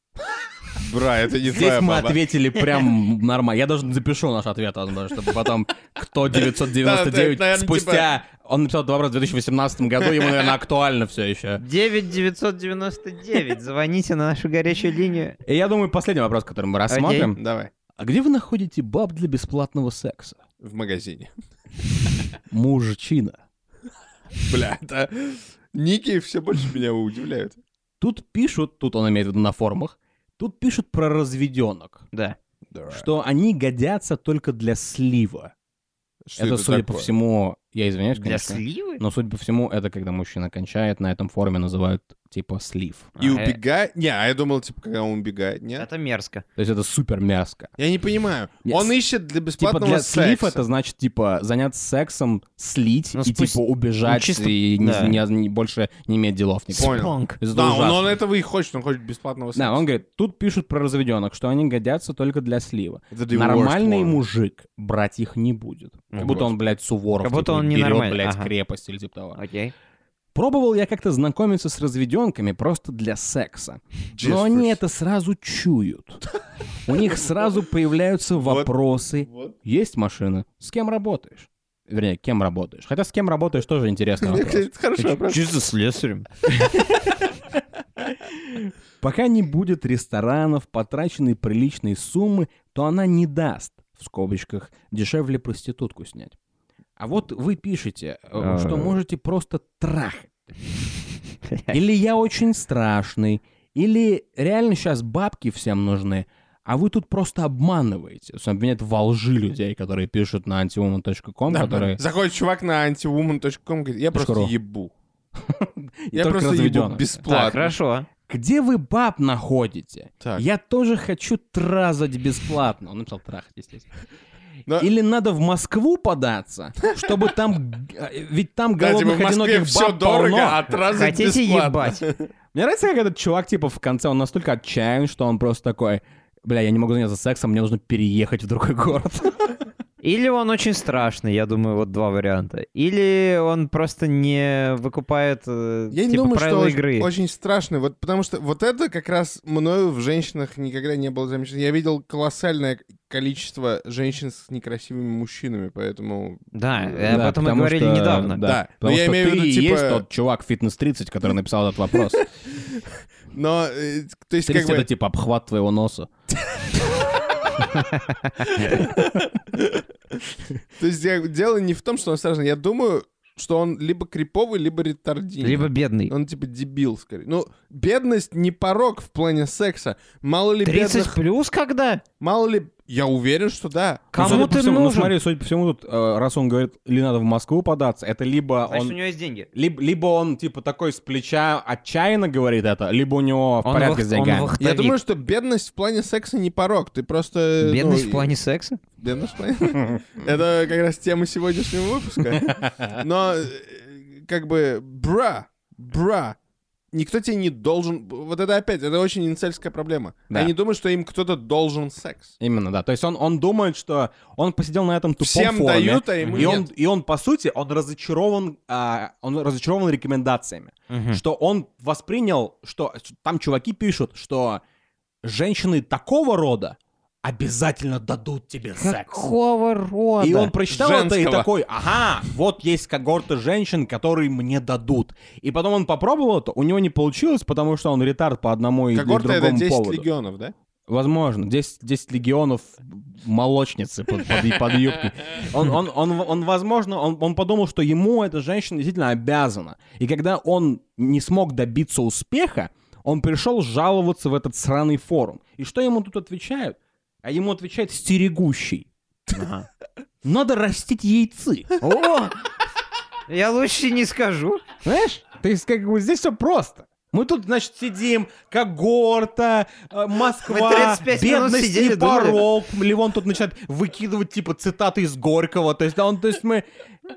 Бра, это не
Здесь
твоя
мы
баба.
ответили прям нормально. Я даже запишу наш ответ, возможно, чтобы потом кто 999
Да, да, это, наверное, типа
спустя... Он написал этот вопрос в 2018 году, ему, наверное, актуально все еще.
9999. Звоните на нашу горячую линию.
И я думаю, последний вопрос, который мы рассмотрим.
Давай.
А где вы находите баб для бесплатного секса?
В магазине.
Мужчина.
Бля, это... Ники все больше меня удивляют.
Тут пишут, тут он имеет в виду на форумах, тут пишут про разведенок,
Да.
что они годятся только для слива.
Что
Это, судя по
такое?
всему, я извиняюсь,
Для
конечно.
сливы?
Но, судя по всему, это когда мужчина кончает, на этом форуме называют типа слив.
И
А, э,
убегает... Не, а я думал, типа, когда он убегает, нет?
Это мерзко.
То есть это супер мерзко.
Я не понимаю.
Нет,
Он
с-
ищет для
Типа
бесплатного
для слив
секса.
это значит типа заняться сексом, слить
Ну,
и
спусти-
типа убежать
ну, чисто-
и не-
да.
не- не- больше не иметь делов никаких.
Понял.
Панк.
Это
Да, он,
ужасно.
он этого и хочет, он хочет бесплатного секса.
Да, он говорит, тут пишут про разведенок, что они годятся только для слива.
Это the worst
Нормальный
one.
мужик брать их не будет. Как
Ну,
будто он, блядь, Суворов.
Как будто
типа,
он
берет,
ненормальный,
блядь,
ага.
крепость или типа того.
Окей.
Пробовал я как-то знакомиться с разведенками просто для секса.
Just
Но они
for-
это сразу чуют. У них сразу появляются вопросы.
Вот.
Есть машина? С кем работаешь? Вернее, кем работаешь? Хотя с кем работаешь тоже интересный
Мне
вопрос.
кажется, это хороший вопрос.
Чисто слесарем.
Пока не будет ресторанов, потраченной приличной суммы, то она не даст, в скобочках, дешевле проститутку снять. А вот вы пишете, э, что
А.
можете просто трахать. Или я очень страшный, или реально сейчас бабки всем нужны, а вы тут просто обманываете. То есть Обвиняют во лжи людей, которые пишут на antiwoman.com,
Да,
которые...
Заходит чувак на antiwoman.com, говорит, я просто
Точка ру.
ебу.
И
Я
только
просто ебу
разведёнок.
Так,
бесплатно.
хорошо.
Где вы баб находите?
Так.
Я тоже хочу тразать бесплатно. Он написал трахать, естественно.
Но-
Или надо в Москву податься, чтобы там... г- э, Ведь там
Да, типа,
голодных
в Москве
одиноких
все
баб
дорого,
полно.
а тразать
Хотите
бесплатно.
ебать?
Мне нравится, как этот чувак, типа, в конце, он настолько отчаян, что он просто такой... Бля, я не могу заняться сексом, мне нужно переехать в другой город.
Или он очень страшный, я думаю, вот два варианта. Или он просто не выкупает э,
Я не
типа,
думаю, что
правила
очень,
игры.
очень страшно, вот, потому что вот это как раз мною в женщинах никогда не было замечено. Я видел колоссальное количество женщин с некрасивыми мужчинами, поэтому...
Да, э,
Да,
об этом мы
потому
говорили
что-
недавно.
Да,
Да, но
потому
я
что
имею в
ты
виду,
и
типа-
есть тот чувак Фитнес 30, который написал этот вопрос.
Но, э, то есть,
30
как бы...
это типа обхват твоего носа.
То есть я- дело не в том, что он страшный. Я думаю, что он либо криповый, либо ретардин.
Либо бедный.
Он типа дебил скорее. Ну, бедность не порог в плане секса. Мало ли
30
бедных...
плюс когда?
Мало ли... Я уверен, что да.
Ну,
Кому
судя по
ты
всему- Ну,
нужен?
смотри, судя по всему, тут, э, раз он говорит, ли надо в Москву податься, это либо
Значит,
он...
А у него есть деньги.
Либо, либо он, типа, такой с плеча отчаянно говорит это, либо у него в
Он
порядке
вах-
с деньгами.
он вах-
Я
Товик.
думаю, что бедность в плане секса не порог. Ты просто... ну,
Бедность
и-
в плане секса?
Бедность в плане... Это как раз тема сегодняшнего выпуска. Но э, как бы... Бра! Бра! Никто тебе не должен... Вот это опять, это очень инцельская проблема.
Да.
Они думают, что им кто-то должен секс.
Именно, да. То есть он, он думает, что он посидел на этом тупом
Всем
форуме,
дают, а ему
и он,
нет.
и он, по сути, он разочарован, а, он разочарован рекомендациями.
Хм.
Что он воспринял, что там чуваки пишут, что женщины такого рода обязательно дадут тебе секс.
Какого рода?
И он прочитал это и
Женского.
такой, ага, вот есть когорты женщин, которые мне дадут. И потом он попробовал это, у него не получилось, потому что он ретард по одному и
Когорта —
другому
это 10
поводу.
легионов, да?
Возможно, 10, 10 легионов молочницы под, под- под юбкой. Он, он, он, он, возможно, он, он подумал, что ему эта женщина действительно обязана. И когда он не смог добиться успеха, он пришел жаловаться в этот сраный форум. И что ему тут отвечают? А ему отвечает стерегущий. Надо растить яйцы.
О! Я лучше не скажу.
Знаешь, то есть как бы здесь все просто. Мы тут, значит, сидим, когорта, э, Москва,
Мы 35 минут
бедность
сидели,
и
думали.
порог. Левон тут начинает выкидывать, типа, цитаты из Горького. То есть, да, он, то есть мы...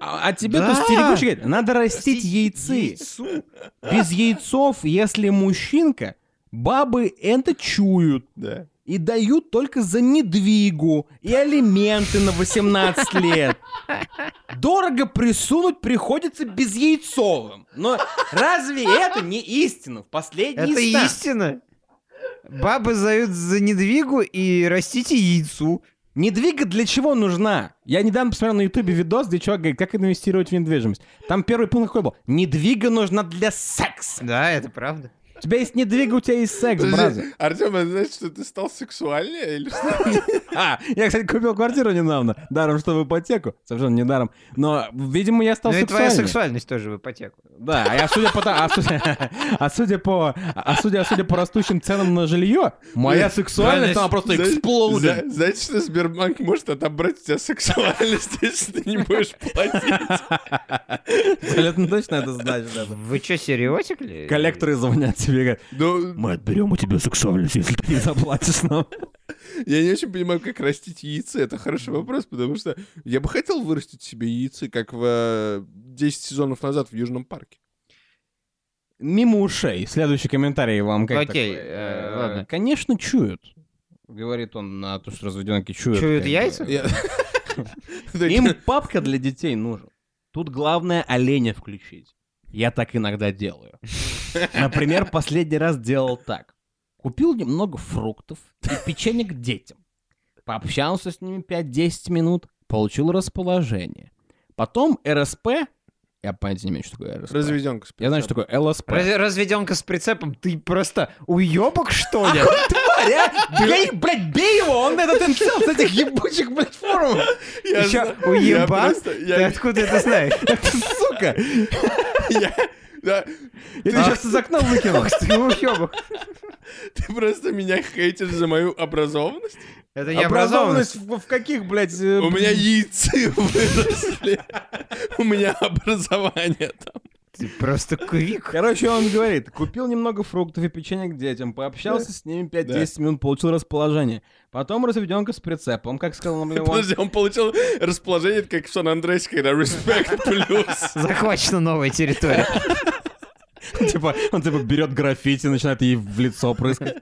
А, а тебе
Да.
тут стерегущий говорит, надо растить яйцы. Без яйцов, если мужчинка, бабы это чуют.
Да.
И дают только за недвигу и алименты на 18 лет. Дорого присунуть приходится без яйцовым. Но разве это не истина? В последний
Это истина. Бабы зают за недвигу и растите яйцу.
Недвига для чего нужна? Я недавно посмотрел на ютубе видос, где чувак говорит, как инвестировать в недвижимость. Там первый пункт какой был? Недвига нужна для секса.
Да, это правда.
У тебя есть недвига, у тебя есть секс, браза.
Подожди, Артем, это значит, что ты стал сексуальнее или что?
А, я, кстати, купил квартиру недавно. Даром, что в ипотеку. Совершенно не даром. Но, видимо, я стал
Ну и твоя
сексуальнее.
сексуальность тоже в ипотеку.
Да, а я судя по, та- а судя, а судя по, а судя, судя по растущим ценам на жилье, моя
Нет,
сексуальность,
да,
она просто
Знаешь,
эксплодит.
за- Значит, что Сбербанк может отобрать у тебя сексуальность, если ты не будешь платить.
Абсолютно точно это значит. да.
Вы что, сериотик ли?
Коллекторы звонят тебе и говорят,
Ну,
мы отберем у тебя сексуальность, если ты не заплатишь нам.
я не очень понимаю, как растить яйца. Это хороший вопрос, потому что я бы хотел вырастить себе яйцы, как в э, 10 сезонов назад в Южном парке.
Мимо ушей. Следующий комментарий вам как
Окей,
такой?
э,
Э,
ладно.
Конечно, чуют. Говорит он на то, что разведенки чуют.
Чуют
как бы.
яйца?
Я-
Им папка для детей нужен. Тут главное оленя включить. Я так иногда делаю. Например, последний раз делал так. Купил немного фруктов и печенье к детям. Пообщался с ними 5-10 минут, получил расположение. Потом РСП... Я понятия не имею, что такое РСП.
Разведенка. с
Я знаю, что такое ЛСП.
Раз- разведенка с прицепом, ты просто уебок, что ли?
Бей, блядь, бей его! Он этот инцел с этих ебучих, блядь, форумов!
Я
Еще
знаю- я
уебак?
просто-
Ты
я-
откуда это знаешь?
Сука!
я- да,
Я тебя сейчас из окна выкину.
Ох ты уебок.
Ты просто меня хейтишь за мою образованность?
Это не образованность.
в в каких, блядь... э,
У меня яйцы выросли. У меня образование там.
Ты просто квик.
Короче, он говорит, купил немного фруктов и печенье к детям, пообщался с ними 5-10 минут, получил расположение. Потом разведенка с прицепом, как сказал нам Леон.
Подожди, он получил расположение, это как в Сан-Андреасе, когда респект плюс.
Захвачена новая территория.
Типа, он типа берет граффити, начинает ей в лицо прыскать.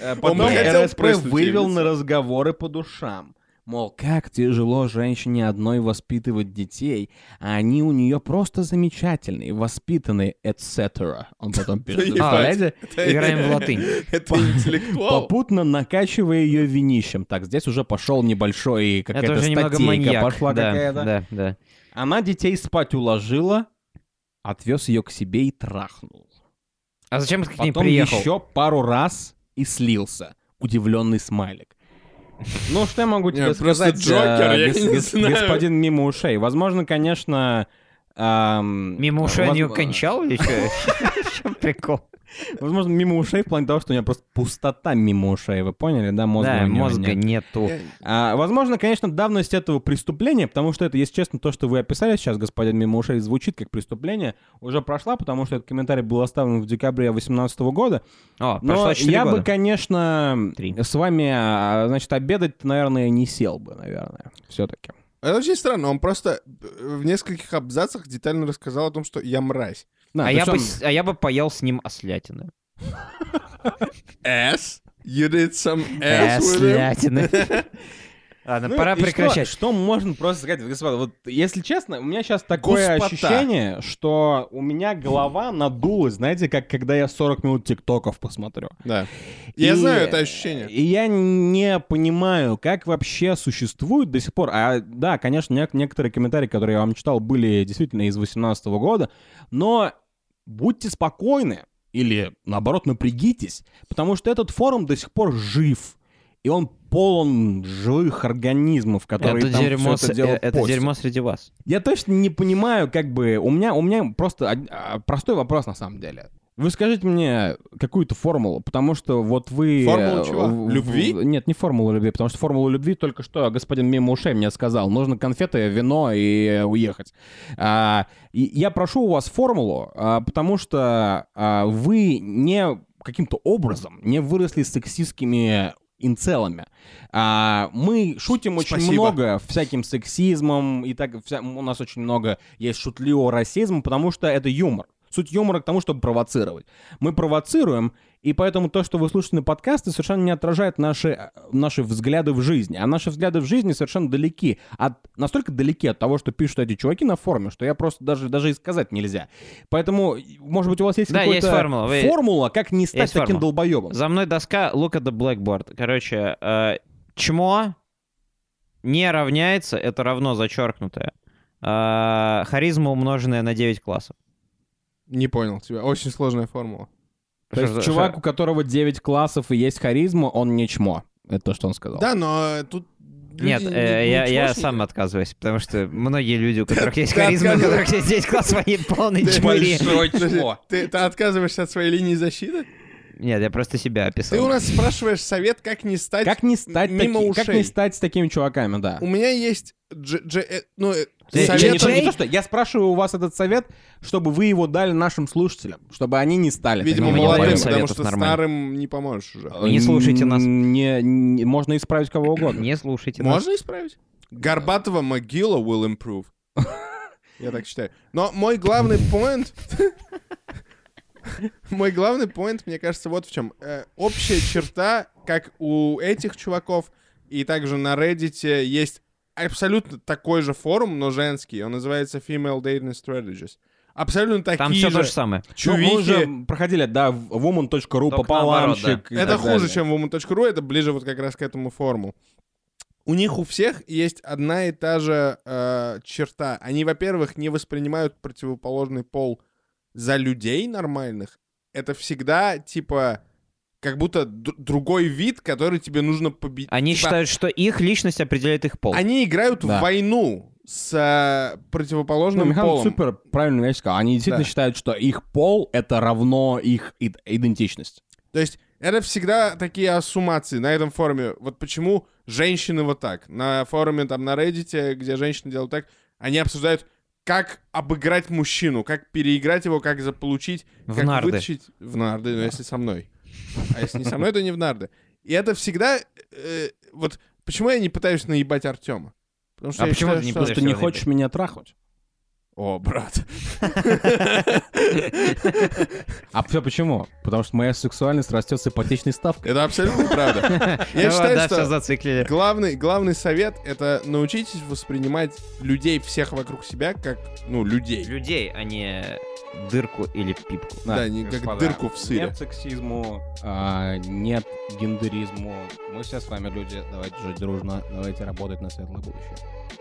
Э, Потом
бы хотел
РСП
прыснуть ей в
вывел
лицо.
на разговоры по душам. Мол, как тяжело женщине одной воспитывать детей, а они у нее просто замечательные, воспитанные, etc. Он потом пишет.
Ебать.
Представляете?
А, Играем в латынь.
Это интеллектуал.
попутно накачивая ее винищем. Так, здесь уже пошел небольшой
Это
какая-то
уже немного
статейка
маньяк.
пошла
да,
какая-то.
Да, да.
Она детей спать уложила, отвез ее к себе и трахнул.
А зачем ты к ней
Потом
приехал?
еще пару раз и слился. Удивленный смайлик. Ну, что я могу тебе
Не, просто
сказать,
Джокер,
э,
я
гос-
не
гос-
знаю.
господин мимо ушей? Возможно, конечно, э, ам,
Мимо ушей он ее
возм-
кончал или что? В чем прикол?
Возможно, мимо ушей в плане того, что у меня просто пустота мимо ушей, вы поняли, да? Мозга
Да,
у него
мозга
нет.
нету.
Я-
А, возможно, конечно, давность этого преступления, потому что это, если честно, то, что вы описали сейчас, господин Мимушей, звучит как преступление, уже прошла, потому что этот комментарий был оставлен в декабре 2018 года.
О, прошло
Но
4
я бы,
года.
конечно,
Три.
с вами, а, значит, обедать, наверное, не сел бы, наверное, все-таки.
А
Это очень странно, он просто э, в нескольких абзацах детально рассказал о том, что я мразь.
А я бы с- а я бы поел с ним ослятины.
Ass? You did some ass with him?
Ослятины. Ладно,
Ну,
пора
и что-
прекращать.
Что, можно просто сказать, господа, вот если честно, у меня сейчас такое
Господа.
ощущение, что у меня голова надулась, знаете, как когда я 40 минут тиктоков посмотрю.
Да. Я
И-
знаю это ощущение.
И я не понимаю, как вообще существует до сих пор. А да, конечно, нек- некоторые комментарии, которые я вам читал, были действительно из 18 года, но будьте спокойны или, наоборот, напрягитесь, потому что этот форум до сих пор жив, и он полон живых организмов, которые
Это
там
дерьмо,
всё
с- э,
это дело
это
постят.
дерьмо среди вас.
Я точно не понимаю, как бы... У меня, у меня просто од- а, простой вопрос на самом деле. Вы скажите мне какую-то формулу, потому что вот вы...
Формулу
э,
чего?
в- в-
Любви?
Нет, не формулу любви, потому что формулу любви только что господин мимо ушей мне сказал. Нужно конфеты, вино и э, уехать. А, и я прошу у вас формулу, а, потому что а, вы не каким-то образом не выросли сексистскими инцелами. А, мы шутим очень
Спасибо.
много всяким сексизмом, и так вся- у нас очень много есть шутливого расизма, потому что это юмор. Суть юмора к тому, чтобы провоцировать. Мы провоцируем, и поэтому то, что вы слушаете на подкасты, совершенно не отражает наши, э, наши взгляды в жизни. А наши взгляды в жизни совершенно далеки. От, настолько далеки от того, что пишут эти чуваки на форуме, что я просто даже, даже и сказать нельзя. Поэтому, может быть, у вас есть
Да,
какая-то
есть формула. Вы-
формула, как не стать
Есть
таким
формула.
долбоебом.
За мной доска Look at the Blackboard. Короче, э, чмо не равняется, это равно зачеркнутое. э, Харизма, умноженная на 9 классов.
Не понял тебя. Очень сложная формула.
То
Что-
есть
что-
чувак, у которого 9 классов и есть харизма, он не чмо. Это то, что он сказал.
Да, но тут... люди
Нет,
не-
э, я,
не
я
чмошники.
сам отказываюсь, потому что многие люди, у которых есть
ты
харизма, у
отказываешь.
которых есть 9 классов, они полные
Ты
чмыри.
Подожди, Ты, ты отказываешься от своей линии защиты?
Нет, я просто себя описал.
Ты у нас спрашиваешь совет, как не стать...
Как не стать,
мимо
таки- как
ушей.
не стать с такими чуваками, да.
У меня есть... дж- дж- э, ну, э,
Ты-
Я,
совет...
не то, не
Джей?
то, что, я спрашиваю у вас этот совет, чтобы вы его дали нашим слушателям, чтобы они не стали.
Видимо,
Мы не
такими
молодым,
даем
потому
долбоебами.
советов
что
нормально.
старым не поможешь уже.
Не слушайте нас.
Не, не- можно исправить кого угодно.
Не слушайте нас.
Можно исправить? Горбатова могила will improve. Я так считаю. Но мой главный поинт... Мой главный поинт, мне кажется, вот в чем. Общая черта, как у этих чуваков, и также на Reddit есть абсолютно такой же форум, но женский. Он называется Female Dating Strategies. Абсолютно такие
Там все
же.
то же самое.
Ну, мы
чувихи.
уже проходили, да, в- woman.ru,
Только наоборот,
пополамщик. и
Это
так
хуже,
далее.
чем в Woman.ru, это ближе вот как раз к этому форуму. У них у всех есть одна и та же э, черта. Они, во-первых, не воспринимают противоположный пол за людей нормальных. Это всегда типа как будто д- другой вид, который тебе нужно победить.
Они
Типа,
считают, что их личность определяет их пол.
они играют
Да.
в войну с э,
Ну,
противоположным
Михаил
полом.
супер правильно вещь сказал. Они действительно
Да.
считают, что их пол — это равно их ид- идентичность.
То есть это всегда такие ассумации на этом форуме. Вот почему женщины вот так. На форуме там на Reddit, где женщины делают так, они обсуждают, как обыграть мужчину, как переиграть его, как заполучить,
В
как
нарды.
вытащить в нарды, но если со мной. А если не со мной, то не в нарды. И это всегда... э, вот почему я не пытаюсь наебать Артема? Потому
А
я
почему
считаю,
ты не
что-
Потому
Скорее
что не
всего,
хочешь меня трахнуть.
О, брат.
А все почему? Потому что моя сексуальность растет с ипотечной ставкой.
Это абсолютно правда. Я считаю,
Ну да, все
что
зациклили.
Главный, главный совет — это научитесь воспринимать людей всех вокруг себя как, ну, людей.
Людей, а не дырку или пипку.
Да, не как дырку в сыре.
Нет сексизму, а, нет гендеризму. Мы все с вами люди, давайте жить дружно, давайте работать на светлое будущее.